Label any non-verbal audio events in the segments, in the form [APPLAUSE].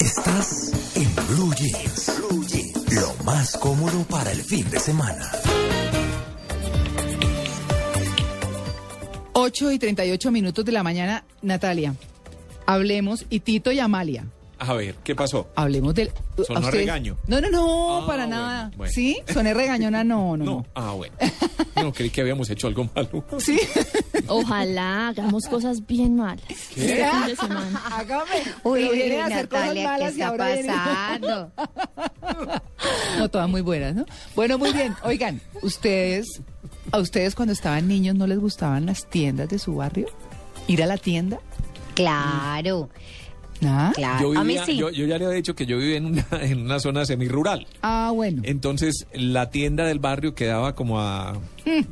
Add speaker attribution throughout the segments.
Speaker 1: Estás en Blue Jeans. Lo más cómodo para el fin de semana.
Speaker 2: 8 y 38 minutos de la mañana, Natalia. Hablemos, y Tito y Amalia,
Speaker 3: A ver, ¿qué pasó?
Speaker 2: hablemos del... a
Speaker 3: Sonó
Speaker 2: ustedes-
Speaker 3: regaño.
Speaker 2: No, no, no,
Speaker 3: Ah,
Speaker 2: para
Speaker 3: bueno,
Speaker 2: nada.
Speaker 3: bueno.
Speaker 2: ¿Sí? Soné regañona, no, no,
Speaker 3: No.
Speaker 2: no.
Speaker 3: Ah, bueno. [LAUGHS] No, creí que habíamos hecho algo malo.
Speaker 2: ¿Sí?
Speaker 4: [LAUGHS] Ojalá hagamos cosas bien malas. Este fin de semana.
Speaker 2: [LAUGHS] Hágame.
Speaker 5: Uy,
Speaker 2: Pero
Speaker 5: uy,
Speaker 2: vienen a hacer cosas
Speaker 5: Natalia, ¿qué
Speaker 2: malas y
Speaker 5: está
Speaker 2: ahora vienen-
Speaker 5: pasando?
Speaker 2: [LAUGHS] No, todas muy buenas, ¿no? Bueno, muy bien. Oigan, ¿ustedes, a ustedes cuando estaban niños no les gustaban las tiendas de su barrio? ¿Ir a la tienda?
Speaker 5: Claro,
Speaker 2: ¿Ah?
Speaker 5: claro.
Speaker 3: Yo,
Speaker 5: a mí
Speaker 3: vivía,
Speaker 5: sí.
Speaker 3: yo, yo ya le había dicho que yo vivía en una, en una zona semirural.
Speaker 2: Ah, bueno.
Speaker 3: Eh. Entonces, la tienda del barrio quedaba como a,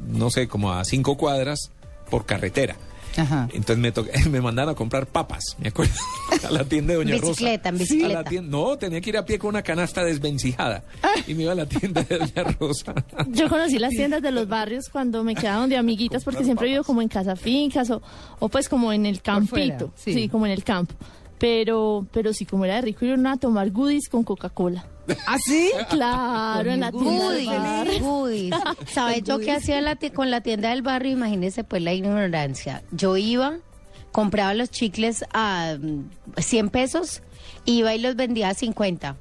Speaker 3: no sé, como a cinco cuadras por carretera.
Speaker 2: Ajá.
Speaker 3: Entonces me, to- [LAUGHS] me mandaron a comprar papas, me acuerdo, [LAUGHS] a la tienda de Doña Rosa.
Speaker 5: Bicicleta, en
Speaker 3: Sí.
Speaker 5: bicicleta.
Speaker 3: A la tienda- no, tenía que ir a pie con una canasta desvencijada. Y me iba a la tienda de Doña Rosa. [LAUGHS]
Speaker 4: Yo conocí las tiendas de los barrios cuando me quedaban de amiguitas porque siempre he vivido como en casa fincas o, o pues como en el
Speaker 2: fuera,
Speaker 4: campito,
Speaker 2: sí.
Speaker 4: sí. como en el campo. Pero pero sí como era de rico ir uno a tomar goodies con Coca-Cola.
Speaker 2: ¿Ah, sí?
Speaker 4: Eh. Claro, en la tienda del
Speaker 5: Goodies,
Speaker 4: barrio.
Speaker 5: [LAUGHS] goodies. ¿Sabes yo qué hacía la ti- con la tienda del barrio? Imagínese pues la ignorancia. Yo iba, compraba los chicles a mm, 100 pesos, iba y los vendía a 50.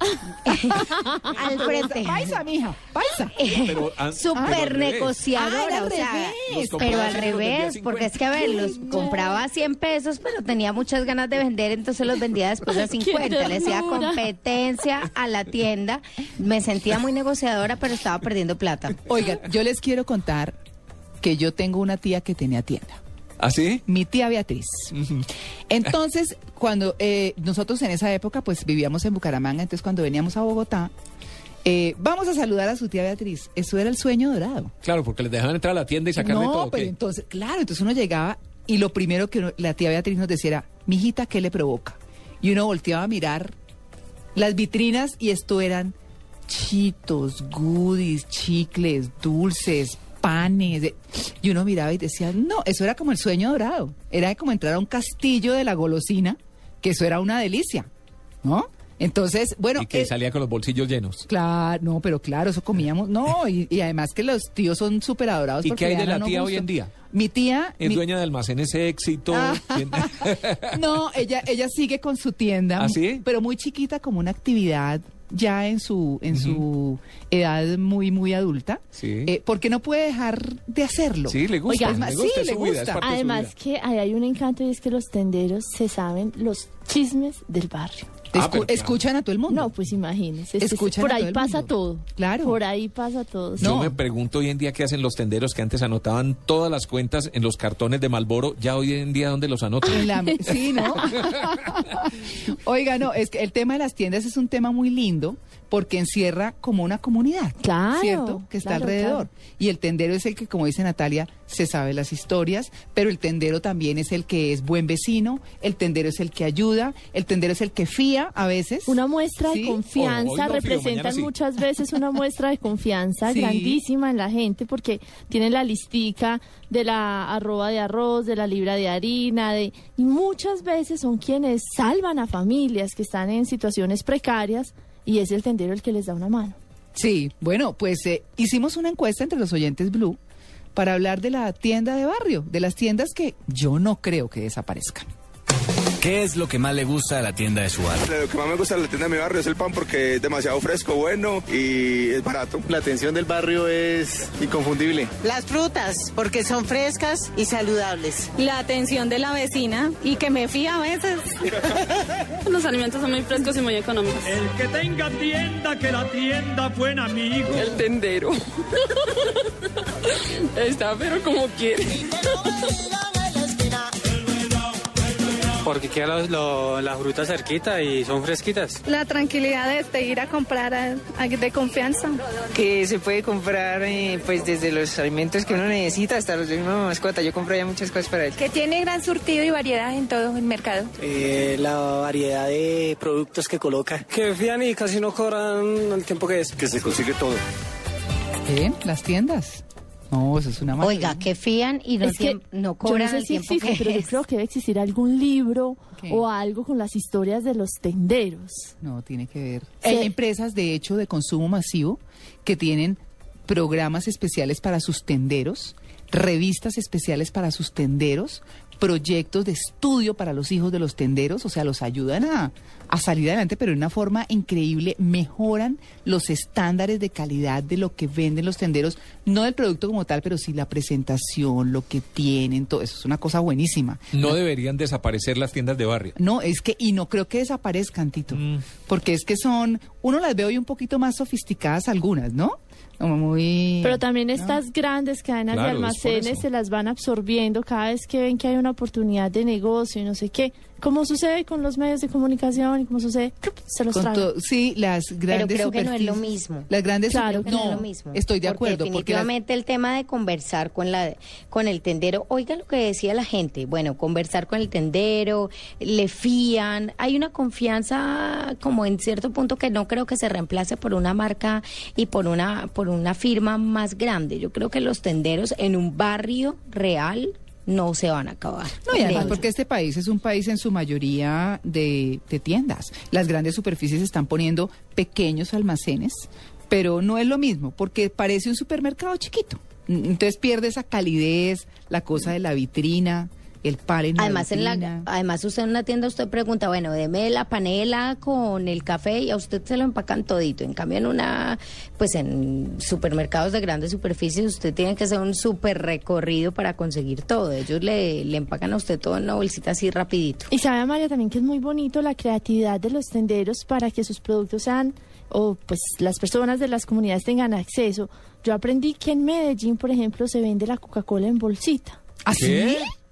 Speaker 5: Al [LAUGHS] frente.
Speaker 2: Paisa, mija, paisa.
Speaker 5: [LAUGHS]
Speaker 3: Pero, ah, pero al
Speaker 5: Super
Speaker 3: revés.
Speaker 5: negociadora,
Speaker 2: Ah, al
Speaker 5: o sea,
Speaker 3: revés. Los
Speaker 5: pero
Speaker 3: compraba
Speaker 5: al
Speaker 3: así, los vendía a
Speaker 5: revés,
Speaker 3: 50.
Speaker 5: porque es que a ver, los compraba a 100 pesos, pero tenía muchas ganas de vender, entonces los vendía después
Speaker 4: [LAUGHS]
Speaker 5: a 50, le hacía
Speaker 4: ternura.
Speaker 5: competencia a la tienda, me sentía muy negociadora, pero estaba perdiendo plata.
Speaker 2: Oigan, yo les quiero contar que yo tengo una tía que tenía tienda.
Speaker 3: ¿Ah, sí?
Speaker 2: mi tía Beatriz. Entonces, cuando eh, nosotros en esa época, pues vivíamos en Bucaramanga, entonces cuando veníamos a Bogotá, eh, vamos a saludar a su tía Beatriz. Eso era el sueño dorado.
Speaker 3: Claro, porque les dejaban entrar a la tienda y sacar de
Speaker 2: no,
Speaker 3: todo.
Speaker 2: pero
Speaker 3: ¿o
Speaker 5: pues
Speaker 3: qué?
Speaker 2: entonces, claro, entonces uno llegaba y lo primero que uno- la tía Beatriz nos decía era, mijita, ¿qué le provoca? Y uno volteaba a mirar las vitrinas y esto eran chitos, goodies, chicles, dulces, panes. de- Y uno miraba y decía, no, eso era como el sueño dorado. Era como entrar a un castillo de la golosina, que eso era una delicia, ¿no? Entonces, bueno...
Speaker 3: y que
Speaker 2: eh,
Speaker 3: salía con los bolsillos llenos.
Speaker 2: Claro, no, pero claro, eso comíamos. No, y, y además que los tíos son súper adorados.
Speaker 3: ¿Y
Speaker 2: porque
Speaker 3: qué hay
Speaker 2: le
Speaker 3: de
Speaker 2: dan a
Speaker 3: la
Speaker 2: uno
Speaker 3: tía
Speaker 2: gusto.
Speaker 3: hoy en día?
Speaker 2: Mi tía.
Speaker 3: Es
Speaker 2: mi-
Speaker 3: dueña de almacén ese éxito.
Speaker 2: Ah.
Speaker 3: ¿Quién-
Speaker 2: [LAUGHS] No, ella, ella sigue con su tienda.
Speaker 3: ¿Ah, sí?
Speaker 2: Pero muy chiquita, como una actividad ya en su, en su edad muy, muy adulta.
Speaker 3: Sí.
Speaker 2: Eh, porque no puede dejar de hacerlo.
Speaker 3: Sí, le ah, gusta.
Speaker 4: Oiga,
Speaker 3: le
Speaker 2: sí,
Speaker 3: gusta, es
Speaker 2: le
Speaker 3: su vida, es
Speaker 2: gusta.
Speaker 3: parte de su
Speaker 4: Además
Speaker 3: vida.
Speaker 4: que ahí hay un encanto y es que los tenderos se saben los chismes del barrio.
Speaker 2: Te
Speaker 3: Ah,
Speaker 2: escu-
Speaker 3: pero claro.
Speaker 2: Escuchan a todo el mundo.
Speaker 4: No, pues imagínense. es que
Speaker 2: Escuchan
Speaker 4: por
Speaker 2: a todo
Speaker 4: ahí
Speaker 2: el
Speaker 4: pasa
Speaker 2: mundo.
Speaker 4: todo.
Speaker 2: Claro.
Speaker 4: Por ahí pasa todo.
Speaker 3: Yo
Speaker 2: No.
Speaker 3: me pregunto hoy en día qué hacen los tenderos que antes anotaban todas las cuentas en los cartones de Malboro. Ya hoy en día, ¿dónde los
Speaker 2: En
Speaker 3: anotan?
Speaker 4: [LAUGHS]
Speaker 2: la- sí, ¿no? Oiga, no, es que el tema de las tiendas es un tema muy lindo porque encierra como una comunidad,
Speaker 4: Claro,
Speaker 2: ¿cierto? Que está
Speaker 4: claro,
Speaker 2: alrededor.
Speaker 4: claro.
Speaker 2: Y el tendero es el que, como dice Natalia, se sabe las historias, pero el tendero también es el que es buen vecino, el tendero es el que ayuda, el tendero es el que fía a veces.
Speaker 4: Una muestra
Speaker 2: Sí.
Speaker 4: de confianza
Speaker 3: Hoy no fío, mañana
Speaker 4: representan
Speaker 3: sí.
Speaker 4: muchas
Speaker 3: [LAUGHS]
Speaker 4: veces una muestra de confianza
Speaker 2: Sí.
Speaker 4: grandísima en la gente porque tienen la listica de la arroba de arroz, de la libra de harina, de y muchas veces son quienes salvan a familias que están en situaciones precarias y es el tendero el que les da una mano.
Speaker 2: Sí, bueno, pues eh, hicimos una encuesta entre los oyentes Blue para hablar de la tienda de barrio, de las tiendas que yo no creo que desaparezcan.
Speaker 1: ¿Qué es lo que más le gusta a la tienda de su barrio?
Speaker 6: Lo que más me gusta de la tienda de mi barrio es el pan porque es demasiado fresco, bueno y es barato.
Speaker 7: La atención del barrio es inconfundible.
Speaker 8: Las frutas, porque son frescas y saludables.
Speaker 9: la atención de la vecina y que me fía a veces. Los alimentos son muy frescos y muy económicos.
Speaker 7: El que tenga tienda, que la tienda buen amigo.
Speaker 8: El tendero. [LAUGHS] Está, pero como quiere.
Speaker 10: Porque quedan los- lo- las frutas cerquita y son fresquitas.
Speaker 11: La tranquilidad de, de ir a comprar a- a- de confianza.
Speaker 12: que se puede comprar eh, pues desde los alimentos que uno necesita hasta los de una mascota. Yo compro ya muchas cosas para él.
Speaker 11: Que tiene gran surtido y variedad en todo el mercado.
Speaker 13: la variedad de productos que coloca. Que fían y casi no cobran el tiempo que es. Que se consigue todo.
Speaker 2: ¿En ¿Eh? las tiendas? No, eso es una maravilla.
Speaker 5: Oiga, que fían y no,
Speaker 4: Es que
Speaker 5: tiemp- no
Speaker 4: Yo no
Speaker 5: cobran
Speaker 4: sé
Speaker 5: el
Speaker 4: si
Speaker 5: tiempo
Speaker 4: existe,
Speaker 5: que
Speaker 4: pero
Speaker 5: es.
Speaker 4: yo creo que debe existir algún libro o algo con las historias de los tenderos.
Speaker 2: No, tiene que ver. Hay empresas, de hecho, de consumo masivo que tienen programas especiales para sus tenderos, revistas especiales para sus tenderos, proyectos de estudio para los hijos de los tenderos, o sea, los ayudan a, a salir adelante, pero de una forma increíble, mejoran los estándares de calidad de lo que venden los tenderos, no del producto como tal, pero sí la presentación, lo que tienen, todo eso es una cosa buenísima.
Speaker 3: No deberían desaparecer las tiendas de barrio.
Speaker 2: No, es que, y no creo que desaparezcan, Tito, porque es que son, uno las ve hoy un poquito más sofisticadas algunas, ¿no? Como muy...
Speaker 4: Pero también estas grandes cadenas de
Speaker 2: Ah. Claro, es por
Speaker 4: almacenes
Speaker 2: eso.
Speaker 4: se las van absorbiendo cada vez que ven que hay una oportunidad de negocio y no sé qué. Como sucede con los medios de comunicación y como sucede, ¡plup! se los
Speaker 2: Con
Speaker 4: tragan.
Speaker 2: to- sí, las grandes
Speaker 5: creo que no es lo
Speaker 2: superficies-
Speaker 5: mismo.
Speaker 2: Las grandes
Speaker 5: Claro
Speaker 2: super-
Speaker 5: que no,
Speaker 2: no,
Speaker 5: es lo mismo.
Speaker 2: Estoy de
Speaker 5: Porque
Speaker 2: acuerdo. porque las-
Speaker 5: Definitivamente el tema de conversar con la con el tendero, oiga lo que decía la gente, bueno, conversar con el tendero, le fían, hay una confianza como en cierto punto que no creo que se reemplace por una marca y por una por una firma más grande. Yo creo que los tenderos en un barrio real no se van a acabar.
Speaker 2: No, y además
Speaker 5: Creo
Speaker 2: porque este país es un país en su mayoría de, de tiendas. Las grandes superficies están poniendo pequeños almacenes, pero no es lo mismo, porque parece un supermercado chiquito. Mm, Entonces pierde esa calidez, la cosa de la vitrina, el par en la
Speaker 5: Además, en
Speaker 2: vitrina.
Speaker 5: la, además, usted en una tienda, usted pregunta, bueno, deme la panela con el café y a usted se lo empacan todito. En cambio, en una, pues en supermercados de grandes superficies, usted tiene que hacer un super recorrido para conseguir todo. Ellos le, le empacan a usted todo en una bolsita así rapidito.
Speaker 4: Y sabe, María, también que es muy bonito la creatividad de los tenderos para que sus productos sean, o pues las personas de las comunidades tengan acceso. Yo aprendí que en Medellín, por ejemplo, se vende la Coca-Cola en bolsita.
Speaker 2: ¿Así?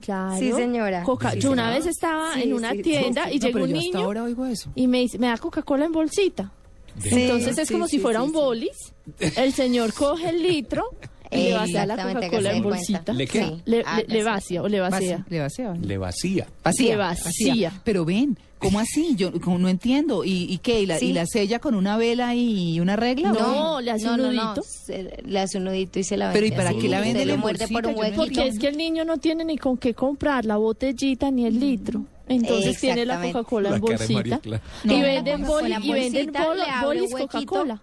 Speaker 4: Claro.
Speaker 5: Sí, señora.
Speaker 4: Coca-
Speaker 5: Sí,
Speaker 4: yo una
Speaker 5: señora.
Speaker 4: vez estaba
Speaker 5: Sí,
Speaker 4: en una
Speaker 5: sí,
Speaker 4: tienda
Speaker 5: sí,
Speaker 4: y
Speaker 5: sí. No,
Speaker 4: llegó
Speaker 5: pero
Speaker 4: un
Speaker 5: yo hasta
Speaker 4: niño
Speaker 5: ahora
Speaker 2: oigo eso.
Speaker 4: y me dice, me da Coca-Cola en bolsita.
Speaker 5: ¿De
Speaker 4: Entonces
Speaker 5: verdad?
Speaker 4: es como
Speaker 5: Sí,
Speaker 4: si
Speaker 5: sí,
Speaker 4: fuera
Speaker 5: sí,
Speaker 4: un
Speaker 5: sí.
Speaker 4: bolis. El señor coge el litro y le vacía la
Speaker 5: Exactamente, que
Speaker 4: Coca-Cola
Speaker 5: se
Speaker 4: en
Speaker 5: den cuenta.
Speaker 4: bolsita.
Speaker 3: ¿Le qué? Sí.
Speaker 4: Le,
Speaker 3: Ah,
Speaker 4: le- le
Speaker 3: exacto.
Speaker 4: vacía o le vacía.
Speaker 2: Le vacía.
Speaker 3: Le vacía.
Speaker 2: Vacía,
Speaker 4: Le vacía.
Speaker 2: Pero ven, ¿cómo así? Yo como no entiendo. ¿Y, y qué? ¿Y la,
Speaker 5: Sí.
Speaker 2: y la sella con una vela y una regla?
Speaker 5: No,
Speaker 2: ¿O qué?
Speaker 5: le hace un No, no, no. nudito. Se- le hace un nudito y se la
Speaker 2: Pero ¿y
Speaker 5: vende
Speaker 2: para
Speaker 5: así.
Speaker 2: qué la
Speaker 5: Se
Speaker 2: venden
Speaker 5: lo
Speaker 2: en
Speaker 5: muerde por
Speaker 2: bolsita?
Speaker 5: un
Speaker 2: Yo no
Speaker 5: huequito.
Speaker 4: Porque es que el niño no tiene ni con qué comprar la botellita ni el litro. Entonces tiene la
Speaker 5: Exactamente.
Speaker 4: Coca-Cola
Speaker 3: La
Speaker 4: en
Speaker 3: cara de María
Speaker 4: bolsita.
Speaker 3: Clara.
Speaker 4: Y
Speaker 5: No,
Speaker 4: venden
Speaker 5: la
Speaker 4: boli-
Speaker 5: Coca-Cola
Speaker 4: y
Speaker 5: en
Speaker 4: venden
Speaker 5: bolsita,
Speaker 4: bolo-
Speaker 5: le abre
Speaker 4: bolis
Speaker 5: un huequito.
Speaker 4: Coca-Cola.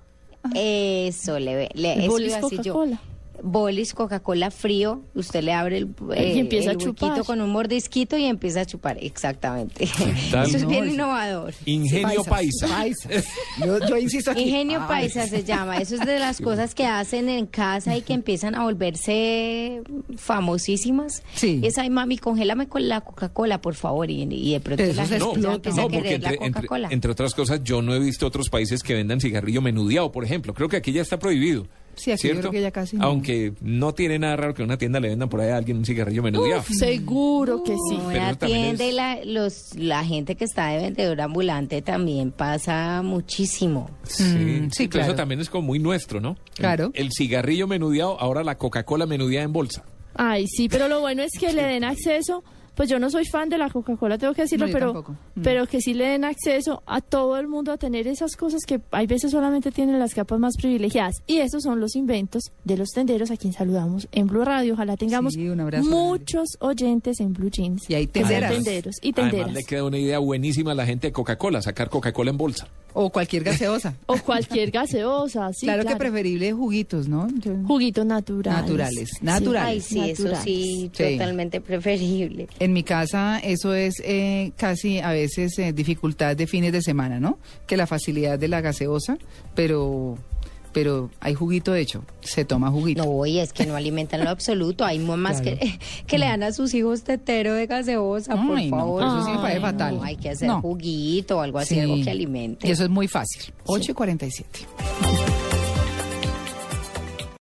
Speaker 5: Eso, le ve. Le,
Speaker 4: El
Speaker 5: eso
Speaker 4: bolis
Speaker 5: iba a decir yo.
Speaker 4: Coca-Cola.
Speaker 5: Bolis Coca-Cola frío, usted le abre el, eh,
Speaker 4: Y empieza
Speaker 5: el
Speaker 4: a chupar.
Speaker 5: huequito con un mordisquito y empieza a chupar. Exactamente.
Speaker 3: tal?
Speaker 5: [LAUGHS] Eso es
Speaker 3: No,
Speaker 5: bien
Speaker 3: eso-
Speaker 5: innovador.
Speaker 3: Ingenio paisa.
Speaker 2: [LAUGHS] Yo, yo insisto aquí.
Speaker 5: Ingenio
Speaker 2: Ay.
Speaker 5: Paisa se llama. Eso es
Speaker 3: [LAUGHS]
Speaker 5: de las cosas que hacen en casa y que empiezan a volverse famosísimas.
Speaker 2: Sí.
Speaker 5: Es, ay, mami, congélame con la Coca-Cola, por favor. Y, y de pronto la gente ya
Speaker 2: Pues,
Speaker 5: empieza a
Speaker 3: no, porque
Speaker 5: querer la
Speaker 3: entre, entre-
Speaker 5: Coca-Cola.
Speaker 3: entre otras cosas, yo no he visto otros países que vendan cigarrillo menudeado, por ejemplo. Creo que aquí ya está prohibido.
Speaker 2: Sí, aquí yo
Speaker 3: ¿cierto?
Speaker 2: creo que ya casi no.
Speaker 3: Aunque no tiene nada raro que en una tienda le vendan por ahí a alguien un cigarrillo menudeado.
Speaker 4: Uf, seguro que sí.
Speaker 3: Pero
Speaker 5: Una
Speaker 3: eso también
Speaker 5: tienda
Speaker 3: es-
Speaker 5: y la, los, la gente que está de vendedor ambulante también pasa muchísimo.
Speaker 3: Sí,
Speaker 2: Mm,
Speaker 5: sí,
Speaker 3: pero
Speaker 5: claro.
Speaker 3: Eso también es como muy nuestro, ¿no?
Speaker 5: Claro.
Speaker 3: El, el cigarrillo menudeado, ahora la Coca-Cola menudeada en bolsa.
Speaker 4: Ay, sí, pero lo bueno es que le den acceso. Pues yo no soy fan de la Coca-Cola, tengo que decirlo,
Speaker 2: No, yo
Speaker 4: pero,
Speaker 2: tampoco. Mm.
Speaker 4: pero que sí le den acceso a todo el mundo a tener esas cosas que hay veces solamente tienen las capas más privilegiadas. Y esos son los inventos de los tenderos a quien saludamos en Blue Radio. Ojalá tengamos
Speaker 2: Sí, un abrazo
Speaker 4: muchos oyentes en Blue Jeans. Y hay
Speaker 2: tenderas.
Speaker 4: tenderos y
Speaker 3: Además, le
Speaker 4: tenderas.
Speaker 3: queda una idea buenísima a la gente de Coca-Cola, sacar Coca-Cola en bolsa.
Speaker 2: O cualquier gaseosa.
Speaker 4: O cualquier gaseosa, sí,
Speaker 2: claro,
Speaker 4: claro.
Speaker 2: que preferible juguitos, ¿no? Yo-
Speaker 4: Juguitos naturales.
Speaker 2: Naturales,
Speaker 4: Sí.
Speaker 2: naturales.
Speaker 5: Ay, sí, eso sí, totalmente preferible.
Speaker 2: En mi casa eso es eh, casi a veces eh, dificultad de fines de semana, ¿no? Que la facilidad de la gaseosa, pero pero hay juguito hecho, se toma juguito.
Speaker 5: No, y es que no alimentan lo absoluto. Hay mamás
Speaker 2: Claro.
Speaker 5: que, [LAUGHS] que le dan a sus hijos tetero de gaseosa, por
Speaker 2: Ay, no,
Speaker 5: favor.
Speaker 2: eso sí me parece
Speaker 5: Ay, no,
Speaker 2: fatal.
Speaker 5: hay que hacer
Speaker 2: No.
Speaker 5: juguito o algo así,
Speaker 2: Sí.
Speaker 5: algo que alimente.
Speaker 2: Y eso es muy fácil. 8 y 47.